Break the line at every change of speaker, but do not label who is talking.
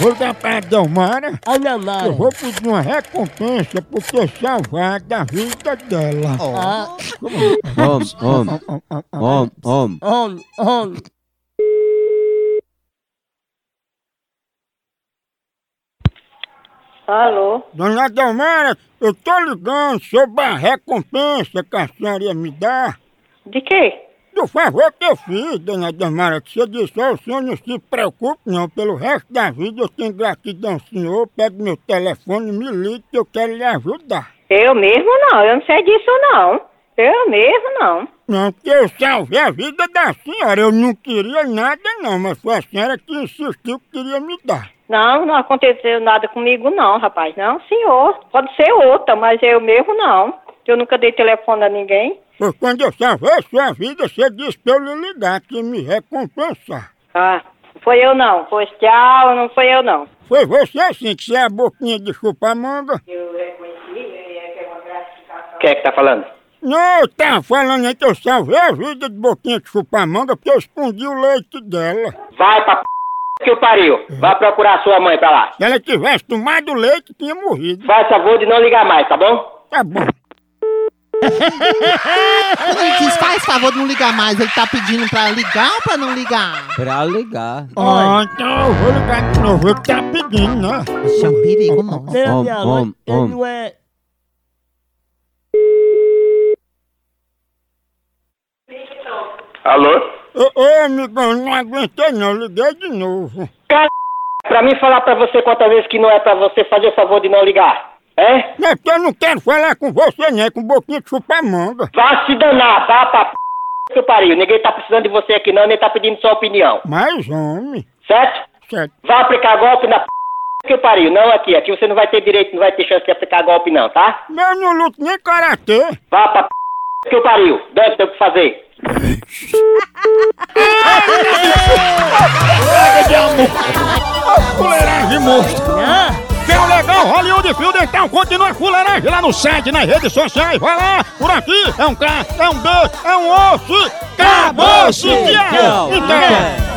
vou dar pra Delmara.
Olha
Eu
lá.
vou pedir uma recompensa por ter salvado da vida dela.
Ah,
Homem, homem,
Ah, ah, ah.
homem, homem.
homem, homem.
Alô?
Dona Delmara, eu tô ligando sobre a recompensa que a senhora ia me dar.
De quê?
Do favor que eu fiz, dona Damara, que você disse, ó, o senhor não se preocupe não, pelo resto da vida eu tenho gratidão, ao senhor, pega meu telefone, me ligue que eu quero lhe ajudar.
Eu mesmo não, eu não sei disso não. Eu mesmo não.
Não, porque eu salvei a vida da senhora, eu não queria nada não, mas foi a senhora que insistiu que queria me dar.
Não, não aconteceu nada comigo não, rapaz. Não, senhor. Pode ser outra, mas eu mesmo não. Eu nunca dei telefone a ninguém.
Pois quando eu salvei a sua vida, você disse pra eu lhe ligar, que ia me recompensar.
Ah, não foi eu não. Pois tchau, não foi eu não.
Foi você sim, que você é a boquinha de chupar manga?
Eu reconheci, é que é uma gratificação.
Quem é que tá falando?
Não, eu tava falando aí que eu salvei a vida de boquinha de chupar manga porque eu escondi o leite dela.
Vai pra p... que o pariu. Vai procurar sua mãe pra lá.
Se ela tivesse tomado leite, tinha morrido.
Faz favor de não ligar mais, tá bom?
Tá bom.
Ele diz, faz favor de não ligar mais. Ele tá pedindo pra ligar ou pra não ligar?
Pra ligar.
Ó, então eu vou ligar de novo, eu tá pedindo, né?
Isso é um perigo, não.
Pela
Homem,
minha
homem,
mãe, ele
homem.
não é...
Alô?
Ô, ô, amigão, não aguentei não, liguei de novo.
Pra mim falar pra você quantas vezes que não é pra você fazer o favor de não ligar. É?
Não, porque eu não quero falar com você nem com boquinha de chupar manga.
Vá se danar, vá pra p... que o pariu. Ninguém tá precisando de você aqui não, nem tá pedindo sua opinião.
Mas, homem,
Certo?
certo.
Vá aplicar golpe na p... que o pariu. Não aqui, aqui você não vai ter direito, não vai ter chance de aplicar golpe não, tá?
Mas Eu não luto nem karatê.
Vá pra p... que o pariu. Dante, tem o que fazer.
Fuleiragem monstro. Tem o legal Hollywood Field, então continua a fuleiragem lá no site, nas redes sociais. Vai lá, por aqui. É um K, é um B, é um osso. Acabou-se,
Acabou-se,
tchau.
tchau.
Então...